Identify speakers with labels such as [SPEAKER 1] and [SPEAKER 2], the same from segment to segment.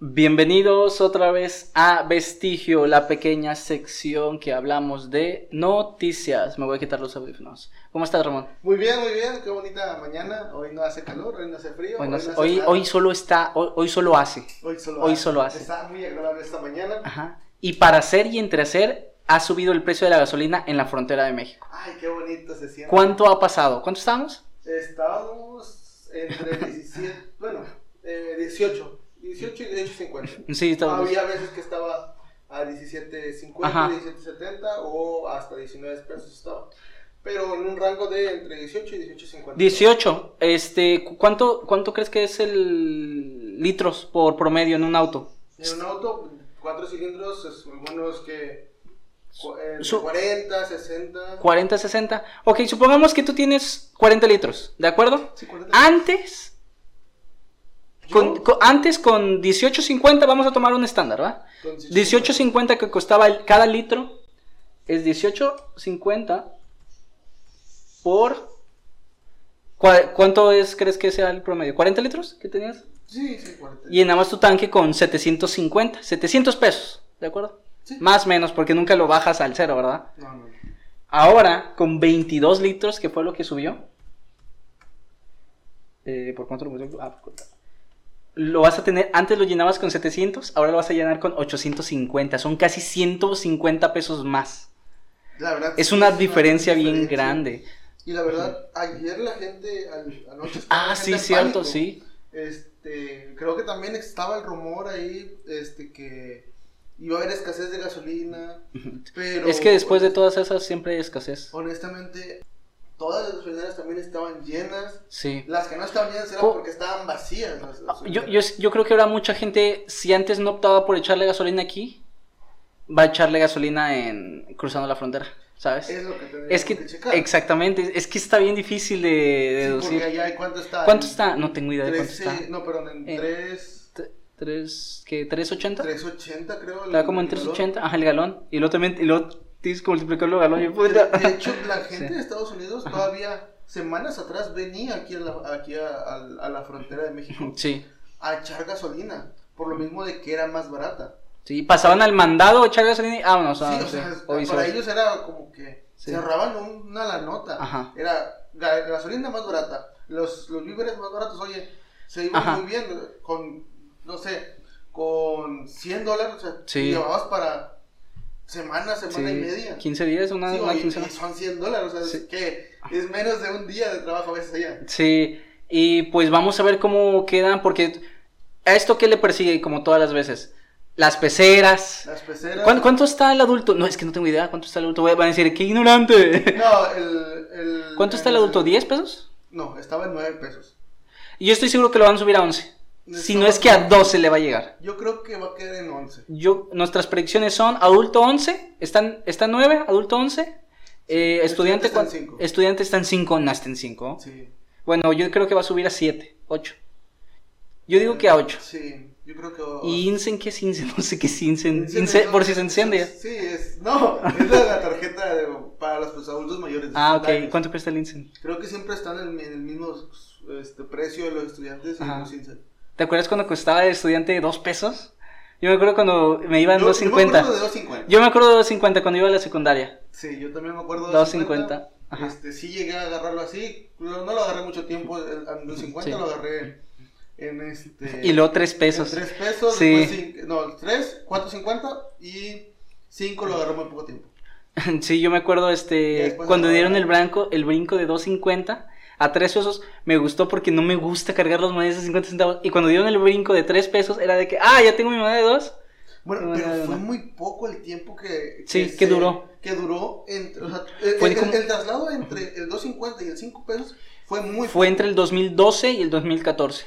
[SPEAKER 1] Bienvenidos otra vez a Vestigio, la pequeña sección que hablamos de noticias. Me voy a quitar los audífonos. ¿Cómo estás, Ramón?
[SPEAKER 2] Muy bien, muy bien, qué bonita mañana. Hoy no hace calor, hoy no hace frío.
[SPEAKER 1] Hoy, no-
[SPEAKER 2] hace
[SPEAKER 1] hoy,
[SPEAKER 2] nada.
[SPEAKER 1] hoy solo está, hoy, hoy solo hace.
[SPEAKER 2] Hoy solo,
[SPEAKER 1] hoy solo hace.
[SPEAKER 2] Está muy agradable esta mañana.
[SPEAKER 1] Ajá. Y para hacer y entre hacer, ha subido el precio de la gasolina en la frontera de México.
[SPEAKER 2] Ay, qué bonito se siente.
[SPEAKER 1] ¿Cuánto ha pasado? ¿Cuánto estamos?
[SPEAKER 2] Estábamos entre 17, bueno, eh, 18, 18 y 18.50.
[SPEAKER 1] Sí, estamos.
[SPEAKER 2] Había veces que estaba a 17.50,
[SPEAKER 1] Ajá.
[SPEAKER 2] 17.70 o hasta 19 pesos estaba. Pero en un rango de entre 18 y 18.50.
[SPEAKER 1] 18. Este, ¿cu- ¿cuánto, ¿Cuánto crees que es el litros por promedio en un auto?
[SPEAKER 2] En un auto, cuatro cilindros, es algunos que cu- eh, de
[SPEAKER 1] Su-
[SPEAKER 2] 40, 60.
[SPEAKER 1] 40, 60. Ok, supongamos que tú tienes 40 litros, ¿de acuerdo?
[SPEAKER 2] Sí, 40.
[SPEAKER 1] Antes,
[SPEAKER 2] Yo,
[SPEAKER 1] ah, con, con- antes con 18.50 vamos a tomar un estándar, ¿va?
[SPEAKER 2] con
[SPEAKER 1] 18.50 que costaba el- cada litro es 18.50 por... cua- ¿Cuánto es, crees que sea el promedio? ¿40 litros que tenías?
[SPEAKER 2] Sí, sí, 40.
[SPEAKER 1] Y nada más tu tanque con 750, 700 pesos, ¿de acuerdo?
[SPEAKER 2] Sí.
[SPEAKER 1] Más menos, porque nunca lo bajas al cero, ¿verdad?
[SPEAKER 2] No, no, no.
[SPEAKER 1] Ahora, con 22 litros, que fue lo que subió. Eh, ¿Por cuánto lo puso? Ah, por cuánto. Lo vas a tener, antes lo llenabas con 700, ahora lo vas a llenar con 850. Son casi 150 pesos más.
[SPEAKER 2] La verdad,
[SPEAKER 1] Es
[SPEAKER 2] sí,
[SPEAKER 1] una diferencia bien
[SPEAKER 2] diferencia.
[SPEAKER 1] grande.
[SPEAKER 2] Y la verdad, ayer la gente, al- anoche. estaba
[SPEAKER 1] Ah,
[SPEAKER 2] la
[SPEAKER 1] sí,
[SPEAKER 2] gente en
[SPEAKER 1] cierto,
[SPEAKER 2] pánico.
[SPEAKER 1] sí.
[SPEAKER 2] Este, creo que también estaba el rumor ahí, este, que iba a haber escasez de gasolina, pero...
[SPEAKER 1] Es que después de todas esas siempre hay escasez.
[SPEAKER 2] Honestamente, todas las gasolineras también estaban llenas.
[SPEAKER 1] Sí.
[SPEAKER 2] Las que no estaban llenas era
[SPEAKER 1] Co- Ah,
[SPEAKER 2] porque estaban vacías. las
[SPEAKER 1] Yo,
[SPEAKER 2] gasolineras.
[SPEAKER 1] yo, yo creo que ahora mucha gente, si antes no optaba por echarle gasolina aquí, va a echarle gasolina en cruzando la frontera, ¿sabes?
[SPEAKER 2] Es lo que tenemos
[SPEAKER 1] Es que,
[SPEAKER 2] que, checar.
[SPEAKER 1] exactamente, es que está bien difícil de
[SPEAKER 2] Sí,
[SPEAKER 1] deducir.
[SPEAKER 2] porque allá, ¿cuánto está?
[SPEAKER 1] ¿Cuánto
[SPEAKER 2] En
[SPEAKER 1] está? No tengo idea de cuánto
[SPEAKER 2] 13,
[SPEAKER 1] está.
[SPEAKER 2] No, perdón, en
[SPEAKER 1] En-
[SPEAKER 2] 3...
[SPEAKER 1] T- ¿Tres, qué, ¿3.80?
[SPEAKER 2] 380 creo.
[SPEAKER 1] Está como en
[SPEAKER 2] el valor.
[SPEAKER 1] 3.80, ajá, el galón. Y luego también, y luego tienes que multiplicarlo galón. y puta.
[SPEAKER 2] De, de hecho, la gente
[SPEAKER 1] Sí.
[SPEAKER 2] de Estados Unidos todavía semanas atrás venía aquí a la, aquí a, a- a la frontera de México
[SPEAKER 1] Sí,
[SPEAKER 2] a echar gasolina, por lo mismo de que era más barata.
[SPEAKER 1] sí, pasaban al mandado a echar gasolina y vámonos.
[SPEAKER 2] sí,
[SPEAKER 1] ah,
[SPEAKER 2] o
[SPEAKER 1] sí,
[SPEAKER 2] sea,
[SPEAKER 1] o
[SPEAKER 2] para
[SPEAKER 1] viceversa.
[SPEAKER 2] ellos era como que
[SPEAKER 1] Sí.
[SPEAKER 2] se ahorraban un- una la nota.
[SPEAKER 1] Ajá.
[SPEAKER 2] Era ga- gasolina más barata, los, los víveres más baratos, oye, se iban
[SPEAKER 1] Ajá.
[SPEAKER 2] muy bien con, no sé, con 100 dólares, o sea,
[SPEAKER 1] Sí.
[SPEAKER 2] llevabas para semana, semana y media.
[SPEAKER 1] Sí, 15 días, una,
[SPEAKER 2] Sí,
[SPEAKER 1] una
[SPEAKER 2] oye,
[SPEAKER 1] quincena.
[SPEAKER 2] y son 100 dólares, o sea,
[SPEAKER 1] Sí.
[SPEAKER 2] es que es menos de un día de trabajo a veces allá.
[SPEAKER 1] Sí, y pues vamos a ver cómo quedan, porque a esto que le persigue, como todas las veces, las peceras.
[SPEAKER 2] Las peceras.
[SPEAKER 1] ¿Cuán- ¿Cuánto está el adulto? No, es que no tengo idea cuánto está el adulto. Van a decir, qué ignorante.
[SPEAKER 2] No, el, el-
[SPEAKER 1] ¿Cuánto está el adulto? ¿10 pesos?
[SPEAKER 2] No, estaba en 9 pesos.
[SPEAKER 1] Y yo estoy seguro que lo van a subir a 11. Si no es que a 12 le va a llegar.
[SPEAKER 2] Yo creo que va a quedar en 11.
[SPEAKER 1] Yo, nuestras predicciones son adulto 11, están, están 9, adulto 11, eh, estudiante,
[SPEAKER 2] estudiante está en
[SPEAKER 1] cuan-
[SPEAKER 2] cinco.
[SPEAKER 1] estudiante está en 5, no está en 5.
[SPEAKER 2] Sí.
[SPEAKER 1] Bueno, yo creo que va a subir a 7, 8. Yo digo que a 8.
[SPEAKER 2] Sí, yo creo que.
[SPEAKER 1] ¿Y Insen qué es Insen? No sé qué es Insen.
[SPEAKER 2] Enciende,
[SPEAKER 1] Insen-
[SPEAKER 2] ¿no?
[SPEAKER 1] por si se enciende.
[SPEAKER 2] Sí, es. No, es la, la tarjeta de- para los pues, adultos mayores. de
[SPEAKER 1] Ah,
[SPEAKER 2] 60
[SPEAKER 1] ok.
[SPEAKER 2] años.
[SPEAKER 1] ¿Cuánto cuesta el Insen?
[SPEAKER 2] Creo que siempre están en, en el mismo este, precio de los estudiantes. y
[SPEAKER 1] Ajá.
[SPEAKER 2] los incen-
[SPEAKER 1] ¿Te acuerdas cuando costaba de estudiante dos pesos? Yo me acuerdo cuando me iban
[SPEAKER 2] Yo- yo me acuerdo de
[SPEAKER 1] 2.50.
[SPEAKER 2] 2.50.
[SPEAKER 1] Yo me acuerdo de 2.50 cuando iba a la secundaria.
[SPEAKER 2] Sí, yo también me acuerdo de
[SPEAKER 1] 2.50. Ajá.
[SPEAKER 2] Este, sí llegué a agarrarlo así, no, no lo agarré mucho tiempo, el, al 50
[SPEAKER 1] Sí.
[SPEAKER 2] lo agarré en este...
[SPEAKER 1] Y luego tres
[SPEAKER 2] en
[SPEAKER 1] pesos.
[SPEAKER 2] tres pesos,
[SPEAKER 1] Sí.
[SPEAKER 2] después cin- no, 3, 4.50 y 5 lo agarré muy poco tiempo.
[SPEAKER 1] Sí, yo me acuerdo
[SPEAKER 2] Ya
[SPEAKER 1] este
[SPEAKER 2] después
[SPEAKER 1] cuando
[SPEAKER 2] de-
[SPEAKER 1] dieron el brinco, el brinco de 2.50 a 3 pesos, me gustó porque no me gusta cargar las monedas de 50 centavos y cuando dieron el brinco de 3 pesos era de que, ah, ya tengo mi moneda de 2.
[SPEAKER 2] Bueno,
[SPEAKER 1] No,
[SPEAKER 2] pero
[SPEAKER 1] no, no,
[SPEAKER 2] fue
[SPEAKER 1] no.
[SPEAKER 2] muy poco el tiempo que...
[SPEAKER 1] Sí, que duró.
[SPEAKER 2] Que duró, entre, o sea, el,
[SPEAKER 1] Fue
[SPEAKER 2] el-
[SPEAKER 1] como-
[SPEAKER 2] el traslado entre el 2.50 y el 5 pesos fue muy
[SPEAKER 1] Fue entre el 2012 y el 2014.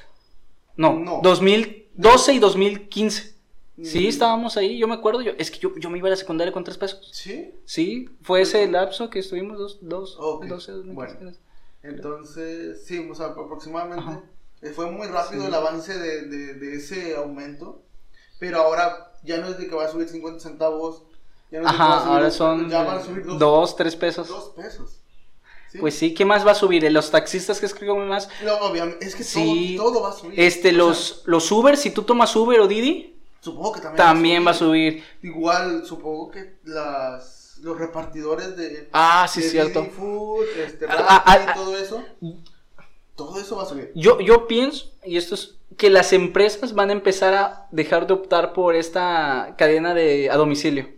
[SPEAKER 1] No,
[SPEAKER 2] No.
[SPEAKER 1] 2012 y 2015. Sí,
[SPEAKER 2] Mm.
[SPEAKER 1] estábamos ahí, yo me acuerdo, yo, es que yo, yo me iba a la secundaria con tres pesos.
[SPEAKER 2] Sí,
[SPEAKER 1] Sí, fue ese lapso que estuvimos dos, dos,
[SPEAKER 2] Ok,
[SPEAKER 1] 12, 2015.
[SPEAKER 2] bueno. Entonces, sí, o sea, aproximadamente.
[SPEAKER 1] Ajá.
[SPEAKER 2] eh, Fue muy rápido
[SPEAKER 1] Sí.
[SPEAKER 2] el avance de, de- de ese aumento. Pero ahora ya no es de que va a subir 50 centavos. Ya no es de que va a
[SPEAKER 1] Ajá,
[SPEAKER 2] subir
[SPEAKER 1] ahora
[SPEAKER 2] dos-
[SPEAKER 1] son
[SPEAKER 2] Ya van a subir dos,
[SPEAKER 1] dos, tres pesos.
[SPEAKER 2] dos pesos. ¿sí?
[SPEAKER 1] Pues sí, ¿qué más va a subir? Eh, Los taxistas que escriben más.
[SPEAKER 2] No, obviamente, es que
[SPEAKER 1] Sí.
[SPEAKER 2] todo, todo va a subir.
[SPEAKER 1] Este,
[SPEAKER 2] O sea,
[SPEAKER 1] los, los Uber, si tú tomas Uber o Didi,
[SPEAKER 2] Supongo que también.
[SPEAKER 1] También va a subir.
[SPEAKER 2] Igual, supongo que las, los repartidores de.
[SPEAKER 1] Ah, sí,
[SPEAKER 2] de
[SPEAKER 1] cierto.
[SPEAKER 2] Didi Food, este,
[SPEAKER 1] Ah, ah,
[SPEAKER 2] Rappi,
[SPEAKER 1] ah,
[SPEAKER 2] todo eso. Todo eso va a subir.
[SPEAKER 1] Yo, yo pienso, y esto es que las empresas van a empezar a dejar de optar por esta cadena de a domicilio.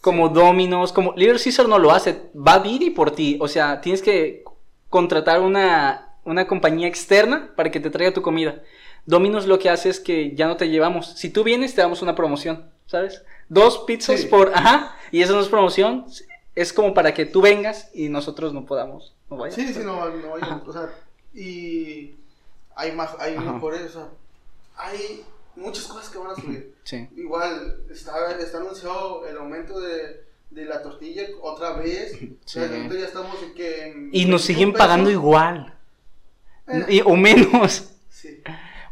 [SPEAKER 1] Como Domino's, como Little Caesar no lo hace, va Didi por ti. O sea, tienes que contratar una, una compañía externa para que te traiga tu comida. Domino's lo que hace es que ya no te llevamos. Si tú vienes, te damos una promoción, ¿sabes? Dos pizzas
[SPEAKER 2] Sí.
[SPEAKER 1] por, ajá, y eso no es promoción. Es como para que tú vengas y nosotros no podamos. No vayas.
[SPEAKER 2] Sí, sí, no, no hay- o sea, y hay, más, hay
[SPEAKER 1] Ajá.
[SPEAKER 2] mejores, o sea, hay muchas cosas que van a subir.
[SPEAKER 1] Sí.
[SPEAKER 2] Igual, está, está anunciado el aumento de, de la tortilla otra vez. O sea,
[SPEAKER 1] Sí.
[SPEAKER 2] ahorita ya estamos en que... en
[SPEAKER 1] Y nos
[SPEAKER 2] 21
[SPEAKER 1] siguen
[SPEAKER 2] pesos.
[SPEAKER 1] pagando igual.
[SPEAKER 2] Eh.
[SPEAKER 1] Y- o menos.
[SPEAKER 2] Sí.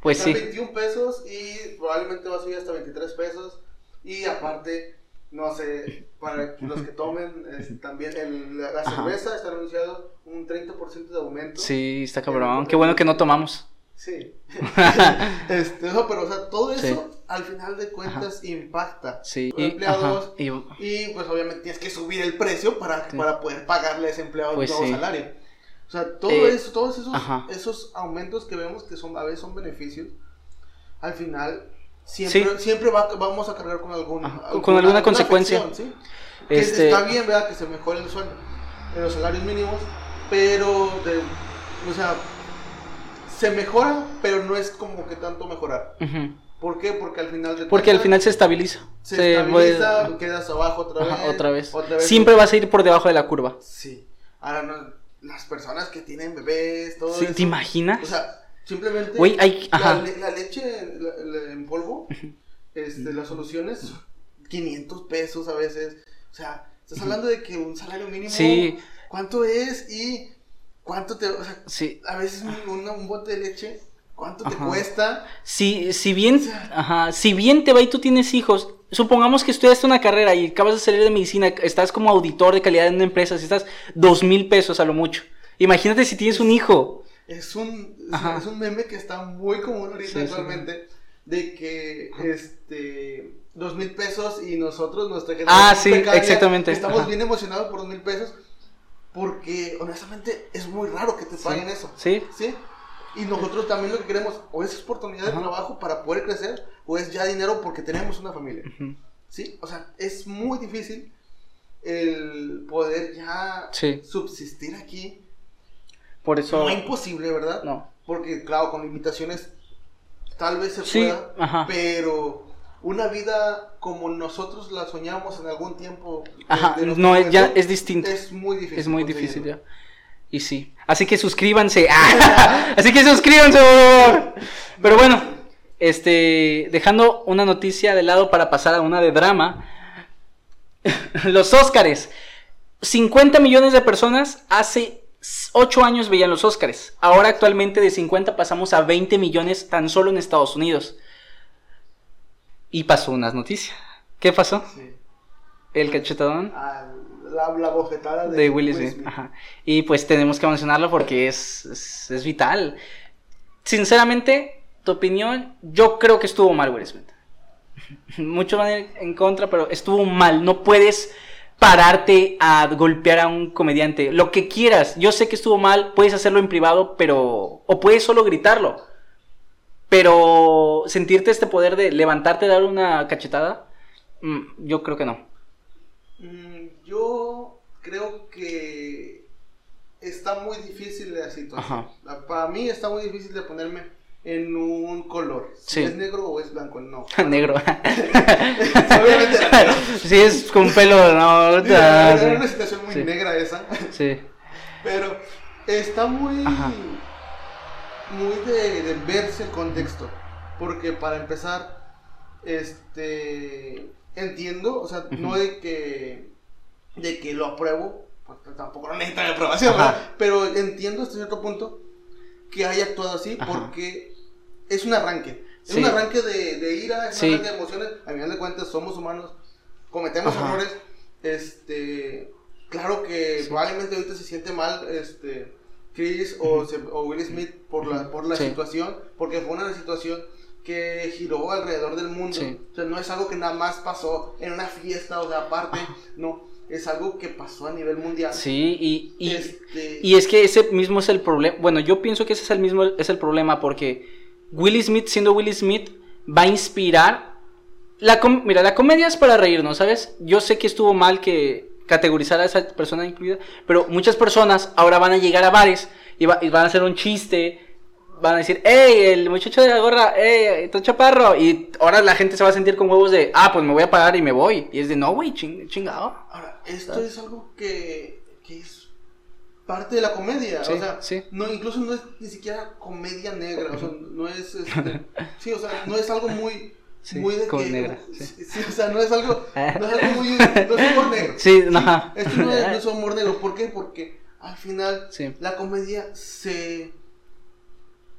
[SPEAKER 1] Pues
[SPEAKER 2] Está
[SPEAKER 1] sí.
[SPEAKER 2] 21 pesos y probablemente va a subir hasta 23 pesos. Y aparte, no sé, para los que tomen es, también el- la, la
[SPEAKER 1] Ajá.
[SPEAKER 2] cerveza está anunciado un 30% de aumento.
[SPEAKER 1] Sí, está cabrón. Qué bueno que no tomamos.
[SPEAKER 2] Sí. este, no, pero o sea, todo eso al final de cuentas impacta.
[SPEAKER 1] Sí.
[SPEAKER 2] Los
[SPEAKER 1] Y, ajá,
[SPEAKER 2] empleados.
[SPEAKER 1] y-
[SPEAKER 2] Y pues obviamente tienes que subir el precio para,
[SPEAKER 1] Sí.
[SPEAKER 2] para poder pagarle a ese empleado
[SPEAKER 1] Pues
[SPEAKER 2] un nuevo
[SPEAKER 1] sí.
[SPEAKER 2] salario. O sea, todo
[SPEAKER 1] Eh,
[SPEAKER 2] eso, todos esos,
[SPEAKER 1] ajá.
[SPEAKER 2] esos aumentos que vemos que son a veces son beneficios, al final siempre, siempre va- vamos a cargar con algún,
[SPEAKER 1] Ajá, con- con alguna consecuencia.
[SPEAKER 2] afección, ¿sí? Que
[SPEAKER 1] este,
[SPEAKER 2] está bien, ¿verdad? Que se mejore el sueldo, en los salarios mínimos, pero, de- o sea, se mejora, pero no es como que tanto mejorar.
[SPEAKER 1] ujú.
[SPEAKER 2] ¿Por qué? Porque al final de
[SPEAKER 1] Porque al
[SPEAKER 2] cuentas,
[SPEAKER 1] final se estabiliza.
[SPEAKER 2] se,
[SPEAKER 1] Se
[SPEAKER 2] estabiliza,
[SPEAKER 1] vuelve-
[SPEAKER 2] quedas abajo otra vez,
[SPEAKER 1] pues, ajá, otra vez. Siempre vas a ir por debajo de la curva.
[SPEAKER 2] Sí. Ahora no, las personas que tienen bebés, todo
[SPEAKER 1] Sí,
[SPEAKER 2] eso.
[SPEAKER 1] ¿Te
[SPEAKER 2] O
[SPEAKER 1] imaginas?
[SPEAKER 2] sea, simplemente
[SPEAKER 1] Güey, hay-
[SPEAKER 2] la,
[SPEAKER 1] ajá.
[SPEAKER 2] le- la leche en, la- la- en polvo, este, las soluciones, 500 pesos a veces. O sea, estás hablando de que un salario mínimo,
[SPEAKER 1] Sí.
[SPEAKER 2] ¿cuánto es? Y cuánto te... O sea,
[SPEAKER 1] Sí.
[SPEAKER 2] a veces un, una- un bote de leche, ¿cuánto te
[SPEAKER 1] Ajá.
[SPEAKER 2] cuesta?
[SPEAKER 1] Si, si bien, ajá, si bien te va y tú tienes hijos, supongamos que estudiaste una carrera y acabas de salir de medicina, estás como auditor de calidad en una empresa, si estás dos mil pesos a lo mucho. Imagínate si tienes un hijo.
[SPEAKER 2] Es un, es-
[SPEAKER 1] Ajá.
[SPEAKER 2] es un meme que está muy común ahorita
[SPEAKER 1] Sí, sí.
[SPEAKER 2] actualmente. De que, este, dos mil pesos y nosotros, nuestra
[SPEAKER 1] Ah, sí,
[SPEAKER 2] precaria,
[SPEAKER 1] exactamente,
[SPEAKER 2] Estamos
[SPEAKER 1] ajá.
[SPEAKER 2] bien emocionados por dos mil pesos. Porque, honestamente, es muy raro que te paguen eso.
[SPEAKER 1] Sí.
[SPEAKER 2] ¿Sí? Y nosotros también lo que queremos, o es oportunidad
[SPEAKER 1] Ajá.
[SPEAKER 2] de trabajo para poder crecer, o es ya dinero porque tenemos una familia.
[SPEAKER 1] Ujú.
[SPEAKER 2] ¿Sí? O sea, es muy difícil el poder ya
[SPEAKER 1] Sí.
[SPEAKER 2] subsistir aquí.
[SPEAKER 1] Por eso.
[SPEAKER 2] No es imposible, ¿verdad?
[SPEAKER 1] No.
[SPEAKER 2] Porque, claro, con limitaciones tal vez se
[SPEAKER 1] Sí,
[SPEAKER 2] pueda,
[SPEAKER 1] ajá.
[SPEAKER 2] pero una vida como nosotros la soñamos en algún tiempo. de-
[SPEAKER 1] Ajá,
[SPEAKER 2] de nuestra
[SPEAKER 1] no, es, ya
[SPEAKER 2] juventud,
[SPEAKER 1] es distinto. Es,
[SPEAKER 2] Es muy difícil.
[SPEAKER 1] muy difícil
[SPEAKER 2] conseguirlo.
[SPEAKER 1] ya. Y sí. Así que suscríbanse. ¡Ah! Así que suscríbanse, por favor. Pero bueno, este, dejando una noticia de lado para pasar a una de drama. los Óscares. 50 millones de personas hace 8 años veían los Óscares. Ahora actualmente de 50 pasamos a 20 millones tan solo en Estados Unidos. Y pasó unas noticias. ¿Qué pasó?
[SPEAKER 2] Sí.
[SPEAKER 1] El cachetadón
[SPEAKER 2] Ah, la, la bofetada de,
[SPEAKER 1] de Will Smith. Ajá. Y pues tenemos que mencionarlo porque es, es, es vital. Sinceramente, tu opinión, yo creo que estuvo mal Will Smith. Muchos van en- en contra, pero estuvo mal. No puedes pararte a golpear a un comediante. Lo que quieras. Yo sé que estuvo mal, puedes hacerlo en privado, pero... O puedes solo gritarlo. Pero sentirte este poder de levantarte, dar una cachetada, mm, yo creo que no.
[SPEAKER 2] Mm, Yo creo que está muy difícil la situación. Para mí está muy difícil de ponerme en un color. Si
[SPEAKER 1] Sí.
[SPEAKER 2] es negro o es blanco, no.
[SPEAKER 1] Negro.
[SPEAKER 2] Obviamente era negro.
[SPEAKER 1] Sí, es con pelo, no.
[SPEAKER 2] Sí, era-
[SPEAKER 1] Ah,
[SPEAKER 2] era una
[SPEAKER 1] sí.
[SPEAKER 2] situación muy
[SPEAKER 1] Sí.
[SPEAKER 2] negra esa.
[SPEAKER 1] Sí.
[SPEAKER 2] Pero está muy.
[SPEAKER 1] Ajá.
[SPEAKER 2] Muy de, de verse el contexto. Porque para empezar, este. Entiendo, o sea, no de que. De que lo apruebo, porque tampoco no necesita mi aprobación,
[SPEAKER 1] Ajá.
[SPEAKER 2] ¿verdad? Pero entiendo hasta cierto punto que haya actuado así
[SPEAKER 1] Ajá.
[SPEAKER 2] porque es un arranque. Es
[SPEAKER 1] Sí.
[SPEAKER 2] un arranque de, de ira, es
[SPEAKER 1] Sí.
[SPEAKER 2] un arranque de emociones. Al final de cuentas, somos humanos, cometemos
[SPEAKER 1] Ajá.
[SPEAKER 2] errores. Este, claro que probablemente ahorita se siente mal este, Chris o, se- o Will Smith por la, por la
[SPEAKER 1] Sí.
[SPEAKER 2] situación, porque fue una situación que giró alrededor del mundo.
[SPEAKER 1] Sí.
[SPEAKER 2] O sea, no es algo que nada más pasó en una fiesta o sea, aparte, no, es algo que pasó a nivel mundial.
[SPEAKER 1] Sí, y, y,
[SPEAKER 2] Este,
[SPEAKER 1] y es que ese mismo es el problema. Bueno, yo pienso que ese es el mismo es el problema porque Will Smith, siendo Will Smith, va a inspirar. La com- Mira, la comedia es para reírnos, ¿sabes? Yo sé que estuvo mal que categorizar a esa persona incluida, pero muchas personas ahora van a llegar a bares y, va- y van a hacer un chiste. Van a decir, hey, el muchacho de la gorra, hey, tu chaparro. Y ahora la gente se va a sentir con huevos de, ah, pues me voy a parar y me voy. Y es de, no, güey, ching- chingado.
[SPEAKER 2] Ahora, esto es algo que, que es parte de la comedia,
[SPEAKER 1] Sí,
[SPEAKER 2] o sea,
[SPEAKER 1] sí.
[SPEAKER 2] no, incluso no es ni siquiera comedia negra, o sea, no es, este, sí, o sea, no es algo muy,
[SPEAKER 1] Sí,
[SPEAKER 2] muy de
[SPEAKER 1] como
[SPEAKER 2] que,
[SPEAKER 1] negra, sí.
[SPEAKER 2] sí, o sea, no es algo, no es algo muy, no es humor negro,
[SPEAKER 1] Sí, no.
[SPEAKER 2] esto no es, no es humor negro, ¿por qué? Porque al final
[SPEAKER 1] Sí.
[SPEAKER 2] la comedia se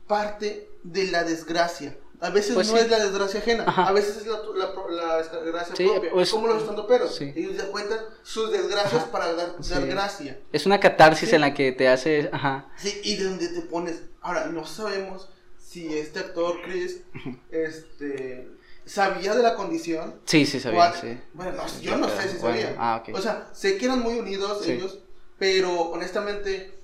[SPEAKER 2] parte de la desgracia. A veces
[SPEAKER 1] Pues
[SPEAKER 2] no
[SPEAKER 1] sí.
[SPEAKER 2] es la desgracia ajena,
[SPEAKER 1] Ajá.
[SPEAKER 2] a veces es la, la pro- la desgracia
[SPEAKER 1] Sí,
[SPEAKER 2] propia.
[SPEAKER 1] pues-
[SPEAKER 2] como los estandoperos,
[SPEAKER 1] sí.
[SPEAKER 2] ellos ya cuentan sus desgracias
[SPEAKER 1] Ajá.
[SPEAKER 2] para dar,
[SPEAKER 1] Sí.
[SPEAKER 2] dar gracia.
[SPEAKER 1] Es una catarsis
[SPEAKER 2] Sí.
[SPEAKER 1] en la que te hace. Ajá.
[SPEAKER 2] Sí, y de donde te pones. Ahora, no sabemos si este actor, Chris, este, sabía de la condición.
[SPEAKER 1] Sí, sí,
[SPEAKER 2] o
[SPEAKER 1] sabía,
[SPEAKER 2] a-
[SPEAKER 1] sí.
[SPEAKER 2] Bueno, no, yo no sé si
[SPEAKER 1] Bueno,
[SPEAKER 2] sabía.
[SPEAKER 1] ah, ok.
[SPEAKER 2] O sea, sé que eran muy unidos
[SPEAKER 1] Sí.
[SPEAKER 2] ellos, pero honestamente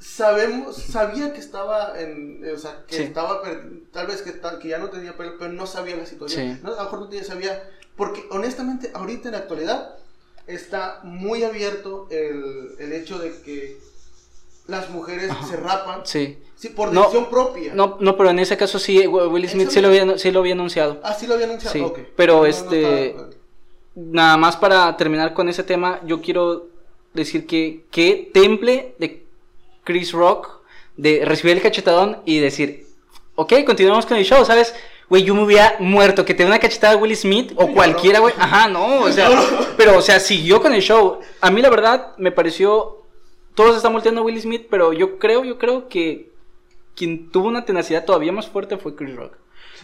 [SPEAKER 2] sabemos, sabía que estaba en, eh, o sea, que
[SPEAKER 1] Sí.
[SPEAKER 2] estaba per- tal vez que, tal, que ya no tenía pelo, pero no sabía la situación.
[SPEAKER 1] Sí.
[SPEAKER 2] No, a lo mejor no tenía, sabía, porque honestamente ahorita en la actualidad está muy abierto el, el hecho de que las mujeres
[SPEAKER 1] Ajá.
[SPEAKER 2] se rapan
[SPEAKER 1] Sí.
[SPEAKER 2] sí, por
[SPEAKER 1] No,
[SPEAKER 2] decisión propia.
[SPEAKER 1] No, no, pero en ese caso sí, Will Smith sí lo había, sí lo había anunciado.
[SPEAKER 2] Así Ah, lo había anunciado.
[SPEAKER 1] Sí,
[SPEAKER 2] ok.
[SPEAKER 1] pero
[SPEAKER 2] No, no
[SPEAKER 1] este-
[SPEAKER 2] estaba-
[SPEAKER 1] Nada más para terminar con ese tema, yo quiero decir que qué temple de Chris Rock de recibir el cachetadón y decir, ok, continuamos con el show, ¿sabes? Güey, yo me hubiera muerto, que te dé una cachetada a Will Smith o
[SPEAKER 2] Yo
[SPEAKER 1] cualquiera,
[SPEAKER 2] no.
[SPEAKER 1] güey. Ajá, no, o sea,
[SPEAKER 2] no.
[SPEAKER 1] pero, o sea, siguió con el show. A mí, la verdad, me pareció. Todos están volteando a Will Smith, pero yo creo, yo creo que quien tuvo una tenacidad todavía más fuerte fue Chris Rock.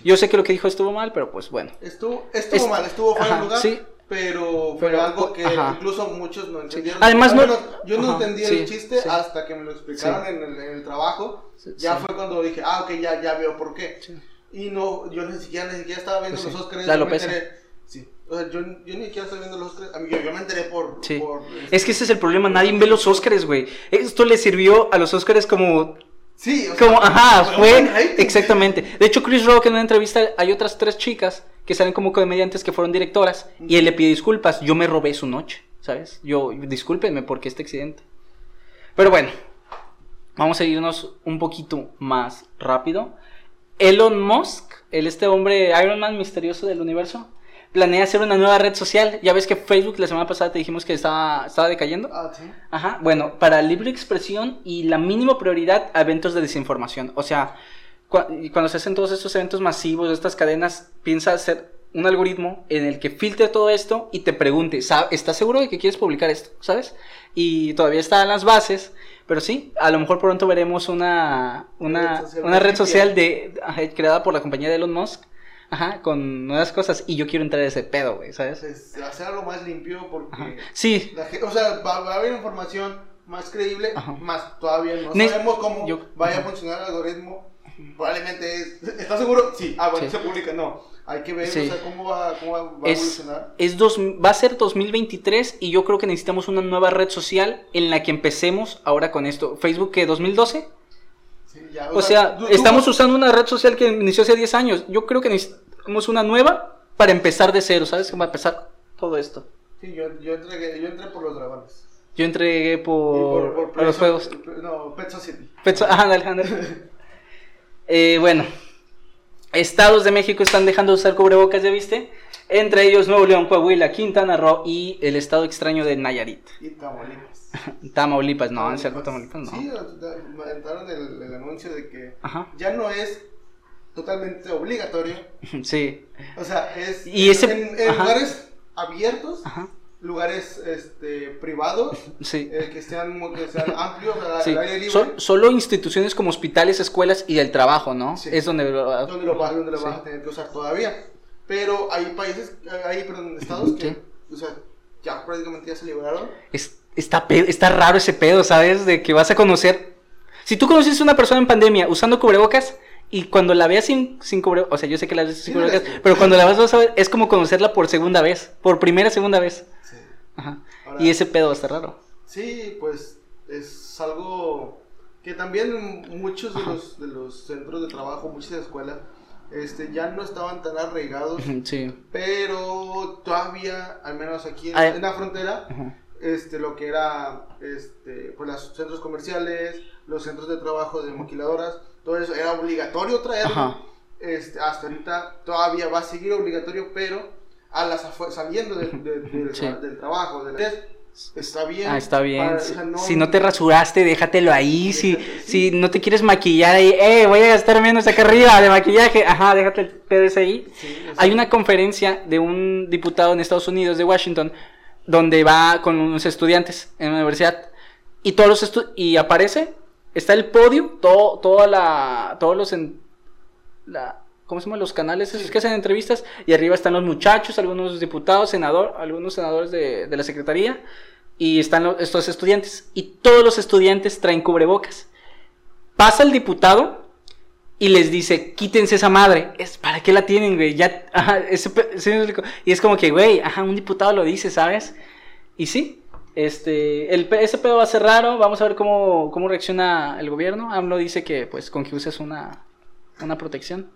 [SPEAKER 1] Yo sé que lo que dijo estuvo mal, pero pues bueno.
[SPEAKER 2] Estuvo, estuvo
[SPEAKER 1] Est-
[SPEAKER 2] mal, estuvo fuera
[SPEAKER 1] ajá,
[SPEAKER 2] de lugar,
[SPEAKER 1] sí.
[SPEAKER 2] pero fue
[SPEAKER 1] Pero,
[SPEAKER 2] algo que
[SPEAKER 1] ajá.
[SPEAKER 2] incluso muchos no entendieron.
[SPEAKER 1] Además,
[SPEAKER 2] Al
[SPEAKER 1] no-
[SPEAKER 2] menos yo no
[SPEAKER 1] ajá,
[SPEAKER 2] entendí
[SPEAKER 1] sí,
[SPEAKER 2] el chiste
[SPEAKER 1] sí.
[SPEAKER 2] hasta que me lo explicaron en, el, en el trabajo.
[SPEAKER 1] Sí,
[SPEAKER 2] ya
[SPEAKER 1] sí.
[SPEAKER 2] fue cuando dije, ah, ok, ya, ya veo por qué.
[SPEAKER 1] Sí.
[SPEAKER 2] Y no, yo ni siquiera, ni siquiera estaba viendo
[SPEAKER 1] Pues sí,
[SPEAKER 2] los Oscars.
[SPEAKER 1] la
[SPEAKER 2] yo me
[SPEAKER 1] Lopeza.
[SPEAKER 2] enteré- Sí, o sea, yo, yo ni siquiera estaba viendo los Oscars. a mí- Yo, yo me enteré por...
[SPEAKER 1] Sí.
[SPEAKER 2] por-
[SPEAKER 1] Es que ese es el problema, nadie ve los Oscars, güey. Esto le sirvió a los Oscars como
[SPEAKER 2] Sí, o sea,
[SPEAKER 1] Como, ajá,
[SPEAKER 2] un
[SPEAKER 1] fue.
[SPEAKER 2] buen rating.
[SPEAKER 1] Exactamente. De hecho, Chris Rock en una entrevista hay otras tres chicas que salen como comediantes que fueron directoras y él le pide disculpas. Yo me robé su noche, ¿sabes? Yo, discúlpenme porque este accidente. Pero bueno, vamos a irnos un poquito más rápido. Elon Musk, el este hombre Iron Man misterioso del universo, planea hacer una nueva red social. Ya ves que Facebook la semana pasada te dijimos que estaba, estaba decayendo.
[SPEAKER 2] Ah, sí.
[SPEAKER 1] Ajá, bueno, para libre expresión y la mínima prioridad a eventos de desinformación. O sea, cua- y cuando se hacen todos estos eventos masivos, estas cadenas, piensa hacer un algoritmo en el que filtre todo esto y te pregunte, "Sa- ¿estás seguro de que quieres publicar esto? ¿Sabes? Y todavía están las bases, pero sí, a lo mejor pronto veremos una, una,
[SPEAKER 2] Red social
[SPEAKER 1] una red
[SPEAKER 2] limpia.
[SPEAKER 1] social de, ajá, creada por la compañía de Elon Musk, ajá, con nuevas cosas. Y yo quiero entrar a ese pedo, güey, ¿sabes?
[SPEAKER 2] Entonces, Pues, hacer algo más limpio porque...
[SPEAKER 1] Ajá. Sí,
[SPEAKER 2] La ge- o sea, va, va a haber información más creíble,
[SPEAKER 1] Ajá.
[SPEAKER 2] más todavía no
[SPEAKER 1] Ne-
[SPEAKER 2] sabemos cómo
[SPEAKER 1] yo-
[SPEAKER 2] vaya a
[SPEAKER 1] ajá.
[SPEAKER 2] funcionar el algoritmo. Probablemente es. ¿Estás seguro? Sí. Ah, bueno,
[SPEAKER 1] Sí.
[SPEAKER 2] se publica. No. Hay que ver
[SPEAKER 1] Sí.
[SPEAKER 2] o sea, cómo va, cómo va, va a
[SPEAKER 1] es,
[SPEAKER 2] evolucionar.
[SPEAKER 1] es dos, va a ser 2023 y yo creo que necesitamos una nueva red social en la que empecemos ahora con esto. Facebook que 2012.
[SPEAKER 2] Sí, ya,
[SPEAKER 1] O sea,
[SPEAKER 2] tú- tú-
[SPEAKER 1] estamos usando una red social que inició hace 10 años. Yo creo que necesitamos una nueva para empezar de cero, ¿sabes? Como empezar todo esto.
[SPEAKER 2] Sí, yo, yo, entré, yo entré por los dragones.
[SPEAKER 1] Yo entregué
[SPEAKER 2] Y
[SPEAKER 1] por, a los
[SPEAKER 2] Pet
[SPEAKER 1] juegos.
[SPEAKER 2] So- No, Pet Society.
[SPEAKER 1] Pensó- ah, ándale, ándale. Eh, bueno, estados de México están dejando de usar cubrebocas, ¿ya viste? Entre ellos Nuevo León, Coahuila, Quintana Roo y el estado extraño de Nayarit.
[SPEAKER 2] Y Tamaulipas.
[SPEAKER 1] Tamaulipas, no, en cierto Tamaulipas no.
[SPEAKER 2] Sí, me aventaron el, el anuncio de que
[SPEAKER 1] Ajá,
[SPEAKER 2] ya no es totalmente obligatorio
[SPEAKER 1] sí,
[SPEAKER 2] O sea, es
[SPEAKER 1] Y ese-
[SPEAKER 2] en, en
[SPEAKER 1] ajá.
[SPEAKER 2] lugares abiertos,
[SPEAKER 1] ajá,
[SPEAKER 2] lugares este, privados,
[SPEAKER 1] sí.
[SPEAKER 2] eh, que sean, mu- que sean amplios, o sea,
[SPEAKER 1] sí.
[SPEAKER 2] al aire libre,
[SPEAKER 1] So- solo instituciones como hospitales, escuelas y el trabajo, ¿no?
[SPEAKER 2] Sí.
[SPEAKER 1] Es donde...
[SPEAKER 2] donde lo, vas, donde lo
[SPEAKER 1] Sí.
[SPEAKER 2] vas a tener que usar todavía. Pero hay países, eh, hay perdón, estados que,
[SPEAKER 1] Sí.
[SPEAKER 2] o sea, ya prácticamente ya se liberaron.
[SPEAKER 1] Es- está, pe- está raro ese pedo, ¿sabes? De que vas a conocer... Si tú conoces a una persona en pandemia usando cubrebocas, Y cuando la veas sin, sin cubre- o sea, yo sé que la ves sin
[SPEAKER 2] Sí, la
[SPEAKER 1] cubrebocas,
[SPEAKER 2] ves.
[SPEAKER 1] pero cuando la vas, vas a ver, es como conocerla por segunda vez, por primera, segunda vez.
[SPEAKER 2] Sí.
[SPEAKER 1] Ajá.
[SPEAKER 2] Ahora-
[SPEAKER 1] Y ese pedo va a estar raro.
[SPEAKER 2] Sí, pues es algo que también muchos de
[SPEAKER 1] Ajá.
[SPEAKER 2] los, de los centros de trabajo, muchas escuelas, este, ya no estaban tan arraigados,
[SPEAKER 1] Ujú, Sí.
[SPEAKER 2] pero todavía, al menos aquí en,
[SPEAKER 1] Ay.
[SPEAKER 2] en la frontera,
[SPEAKER 1] Ajá.
[SPEAKER 2] este, lo que era este, pues, los centros comerciales, los centros de trabajo de maquiladoras, todo eso era obligatorio traerlo.
[SPEAKER 1] Ajá.
[SPEAKER 2] Este, hasta ahorita todavía va a seguir obligatorio, pero a las afue- saliendo de- de- del,
[SPEAKER 1] Sí.
[SPEAKER 2] del trabajo, de la- está bien.
[SPEAKER 1] Ah, está bien.
[SPEAKER 2] Para- o
[SPEAKER 1] si,
[SPEAKER 2] sea,
[SPEAKER 1] si no te rasuraste, déjatelo ahí. Si,
[SPEAKER 2] Déjate,
[SPEAKER 1] si
[SPEAKER 2] sí.
[SPEAKER 1] no te quieres maquillar ahí, eh, voy a gastar menos acá arriba de maquillaje. Ajá, déjate el pedo ese ahí.
[SPEAKER 2] Sí, o sea,
[SPEAKER 1] Hay una conferencia de un diputado en Estados Unidos, de Washington, donde va con unos estudiantes en la universidad y todos los estu- y aparece, está el podio, todo, toda la, todos los, en- la- ¿cómo se llama? Los canales esos que hacen entrevistas y arriba están los muchachos, algunos diputados, senador, algunos senadores de, de la secretaría y están lo- estos estudiantes y todos los estudiantes traen cubrebocas. Pasa el diputado y les dice, quítense esa madre. Es, ¿Para qué la tienen, güey? Ya, ajá, ese pe- sí me explico. Y es como que, güey, ajá, un diputado lo dice, ¿sabes? Y sí, este, el, pe- ese pedo va a ser raro. Vamos a ver cómo, cómo reacciona el gobierno. AMLO dice que, pues, con que uses una, una protección.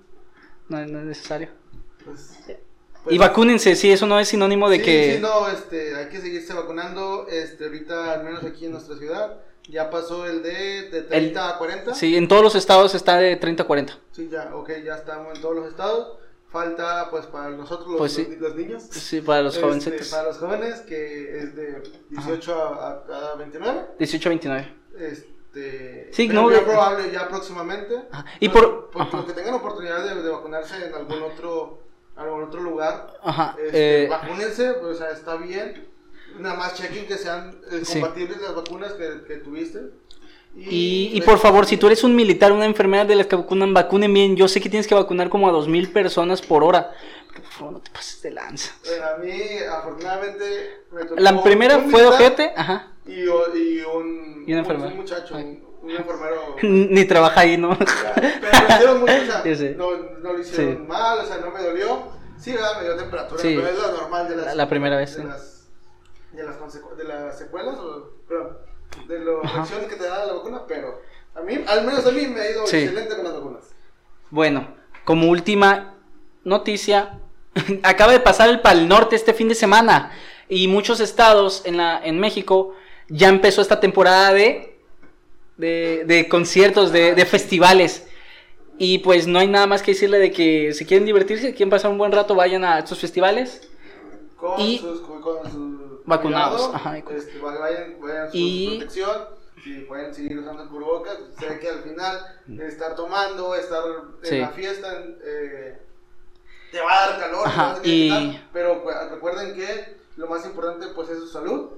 [SPEAKER 1] No, no es necesario.
[SPEAKER 2] pues,
[SPEAKER 1] y vacúnense, sí, eso no es sinónimo de
[SPEAKER 2] sí,
[SPEAKER 1] que...
[SPEAKER 2] sí, no, este, hay que seguirse vacunando. Este, ahorita, al menos aquí en nuestra ciudad, ya pasó el de, de 30 a 40.
[SPEAKER 1] Sí, en todos los estados está de 30 a 40.
[SPEAKER 2] Sí, ya, ok, ya estamos en todos los estados. Falta, pues, para nosotros, los,
[SPEAKER 1] Pues sí.
[SPEAKER 2] los- los niños.
[SPEAKER 1] Sí, para los
[SPEAKER 2] Este,
[SPEAKER 1] jovencitos.
[SPEAKER 2] Para los jóvenes, que es de 18 a, a- a 29.
[SPEAKER 1] 18 a 29.
[SPEAKER 2] Este,
[SPEAKER 1] Sí,
[SPEAKER 2] pero
[SPEAKER 1] no,
[SPEAKER 2] ya
[SPEAKER 1] de-
[SPEAKER 2] probable, ya próximamente.
[SPEAKER 1] Ajá, y
[SPEAKER 2] Los-
[SPEAKER 1] por-
[SPEAKER 2] pues,
[SPEAKER 1] ajá.
[SPEAKER 2] los que tengan oportunidad de, de vacunarse en algún otro, algún otro lugar,
[SPEAKER 1] Ajá.
[SPEAKER 2] Este,
[SPEAKER 1] eh,
[SPEAKER 2] vacúnense, pues, o sea, está bien. Nada más chequen que sean eh,
[SPEAKER 1] Sí.
[SPEAKER 2] compatibles las vacunas que, que tuviste.
[SPEAKER 1] Y, y por favor, si tú eres un militar, una enfermera de las que vacunan, vacunen bien. Yo sé que tienes que vacunar como a 2.000 personas por hora. Pero por favor, no te pases de lanza.
[SPEAKER 2] Eh, a mí, afortunadamente, me tocó
[SPEAKER 1] La primera
[SPEAKER 2] un
[SPEAKER 1] fue de
[SPEAKER 2] militar
[SPEAKER 1] ojete, ajá.
[SPEAKER 2] Y, o- y un,
[SPEAKER 1] Y una enfermera.
[SPEAKER 2] un muchacho,
[SPEAKER 1] Ay.
[SPEAKER 2] un, un enfermero.
[SPEAKER 1] Ni trabaja ahí, ¿no?
[SPEAKER 2] Pero lo hicieron mucho, o sea,
[SPEAKER 1] Sí, sí.
[SPEAKER 2] no, no lo hicieron
[SPEAKER 1] Sí.
[SPEAKER 2] mal, o sea, no me dolió. Sí, ¿verdad? me dio temperatura,
[SPEAKER 1] Sí.
[SPEAKER 2] pero es lo normal de las,
[SPEAKER 1] La- la primera vez,
[SPEAKER 2] De,
[SPEAKER 1] sí.
[SPEAKER 2] las, de, las, consecu- de las secuelas, o, pero, de las
[SPEAKER 1] Ajá.
[SPEAKER 2] reacciones que te da la vacuna, pero a mí, al menos a mí me ha ido
[SPEAKER 1] Sí.
[SPEAKER 2] excelente con las vacunas.
[SPEAKER 1] Bueno, como última noticia, acaba de pasar el Pal Norte este fin de semana y muchos estados en, la, en México ya empezó esta temporada de, de, de conciertos, de, de festivales. Y pues no hay nada más que decirle de que si quieren divertirse, quieren pasar un buen rato, vayan a estos festivales.
[SPEAKER 2] Con
[SPEAKER 1] Y-
[SPEAKER 2] sus, con con su
[SPEAKER 1] Vacunados,
[SPEAKER 2] cuidado,
[SPEAKER 1] ajá, y con-
[SPEAKER 2] este, va- vayan, vayan su
[SPEAKER 1] Y-
[SPEAKER 2] protección. Si pueden seguir usando el cubrebocas, pues, sé que al final estar tomando, estar en
[SPEAKER 1] Sí.
[SPEAKER 2] la fiesta, en- eh, te va a dar calor,
[SPEAKER 1] Ajá,
[SPEAKER 2] te vas a querer
[SPEAKER 1] y-
[SPEAKER 2] quitar, pero pues, recuerden que lo más importante pues es su salud.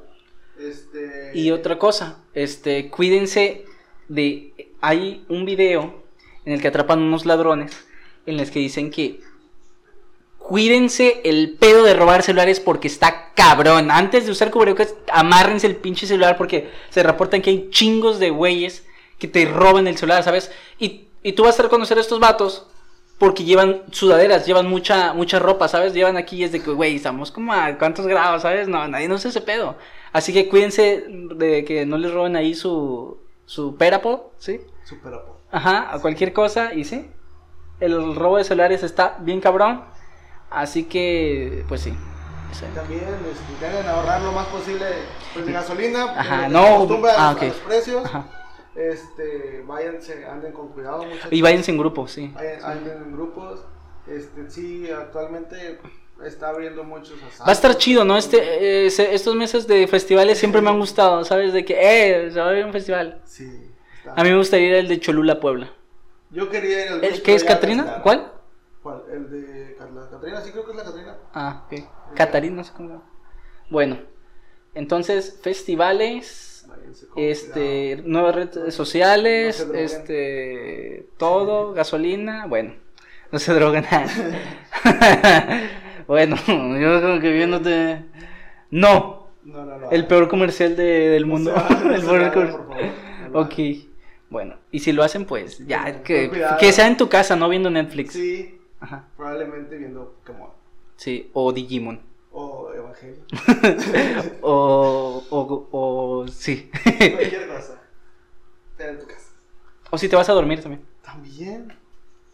[SPEAKER 2] Este,
[SPEAKER 1] Y otra cosa, este, cuídense de... Hay un video en el que atrapan unos ladrones en los que dicen que cuídense el pedo de robar celulares porque está cabrón. Antes de usar cubrebocas, amárrense el pinche celular porque se reportan que hay chingos de güeyes que te roban el celular, ¿sabes? Y, y tú vas a reconocer a estos vatos porque llevan sudaderas, llevan mucha mucha ropa, ¿sabes? Llevan aquí y es de que, güey, estamos como a cuántos grados, ¿sabes? No, nadie no se ese pedo. Así que cuídense de que no les roben ahí su, su perapo, ¿sí?
[SPEAKER 2] Super apo.
[SPEAKER 1] Ajá, a cualquier cosa, y sí. El robo de celulares está bien cabrón. Así que, pues sí. sí.
[SPEAKER 2] También este, intenten ahorrar lo más posible pues, de gasolina.
[SPEAKER 1] Ajá,
[SPEAKER 2] porque
[SPEAKER 1] no,
[SPEAKER 2] se acostumbra
[SPEAKER 1] ah,
[SPEAKER 2] a, los- a
[SPEAKER 1] ok.
[SPEAKER 2] los precios.
[SPEAKER 1] Ajá.
[SPEAKER 2] Este, váyanse, anden con cuidado. muchachos.
[SPEAKER 1] Y váyanse en grupo, sí.
[SPEAKER 2] Hay, hay en grupos. Este, sí, actualmente está habiendo muchos asaltos.
[SPEAKER 1] Va a estar chido, ¿no? Este, eh, se- estos meses de festivales siempre me han gustado, ¿sabes? De que, eh, se va a haber un festival.
[SPEAKER 2] Sí, está.
[SPEAKER 1] A mí me gustaría ir al de Cholula, Puebla.
[SPEAKER 2] Yo quería ir al
[SPEAKER 1] ¿El
[SPEAKER 2] bus,
[SPEAKER 1] qué
[SPEAKER 2] pero
[SPEAKER 1] es
[SPEAKER 2] ya
[SPEAKER 1] Catrina?
[SPEAKER 2] cancelaron.
[SPEAKER 1] ¿Cuál?
[SPEAKER 2] ¿Cuál? El de Cat- la Catrina, sí creo que es la Catrina.
[SPEAKER 1] Ah, ok. Catarina, no sé cómo. se llama. Bueno, entonces, festivales.
[SPEAKER 2] Váyanse con
[SPEAKER 1] este
[SPEAKER 2] cuidado.
[SPEAKER 1] nuevas redes sociales
[SPEAKER 2] No se droguen.
[SPEAKER 1] este todo gasolina bueno no se drogan bueno yo como que viéndote no
[SPEAKER 2] No, no, no.
[SPEAKER 1] el peor comercial de- del
[SPEAKER 2] No
[SPEAKER 1] mundo
[SPEAKER 2] se hagan, no
[SPEAKER 1] el
[SPEAKER 2] se
[SPEAKER 1] peor
[SPEAKER 2] hagan,
[SPEAKER 1] comer-
[SPEAKER 2] por favor, no lo
[SPEAKER 1] ok Bueno, y si lo hacen, pues ya,
[SPEAKER 2] Con
[SPEAKER 1] que,
[SPEAKER 2] cuidado.
[SPEAKER 1] que sea en tu casa, no viendo Netflix.
[SPEAKER 2] Sí,
[SPEAKER 1] Ajá.
[SPEAKER 2] probablemente viendo Pokémon
[SPEAKER 1] Sí, o Digimon.
[SPEAKER 2] o Evangelio.
[SPEAKER 1] o, o, o. Sí.
[SPEAKER 2] Cualquier cosa. Pero en tu casa.
[SPEAKER 1] o si te vas a dormir también.
[SPEAKER 2] También.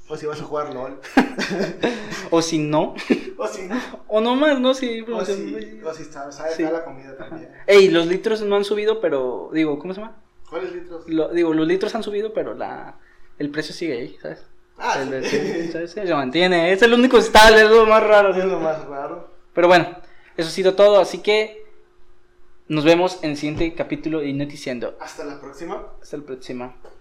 [SPEAKER 2] O si vas a jugar LOL.
[SPEAKER 1] O si no.
[SPEAKER 2] O si no.
[SPEAKER 1] O no más, ¿no? Sí, pues,
[SPEAKER 2] O
[SPEAKER 1] producción.
[SPEAKER 2] si, o si sabes, sabes
[SPEAKER 1] Sí.
[SPEAKER 2] dar la comida también.
[SPEAKER 1] Ey, los litros no han subido, pero. Digo, ¿cómo se llama?
[SPEAKER 2] ¿Cuáles litros?
[SPEAKER 1] Lo- digo, los litros han subido, pero la. El precio sigue ahí, ¿sabes?
[SPEAKER 2] Ah,
[SPEAKER 1] El- el-
[SPEAKER 2] sí.
[SPEAKER 1] el- ¿sabes? Se mantiene. Es el único estable, es lo más raro.
[SPEAKER 2] es lo más raro.
[SPEAKER 1] Pero bueno, eso ha sido todo. Así que nos vemos en el siguiente capítulo y noticiando.
[SPEAKER 2] Hasta la próxima.
[SPEAKER 1] Hasta la próxima.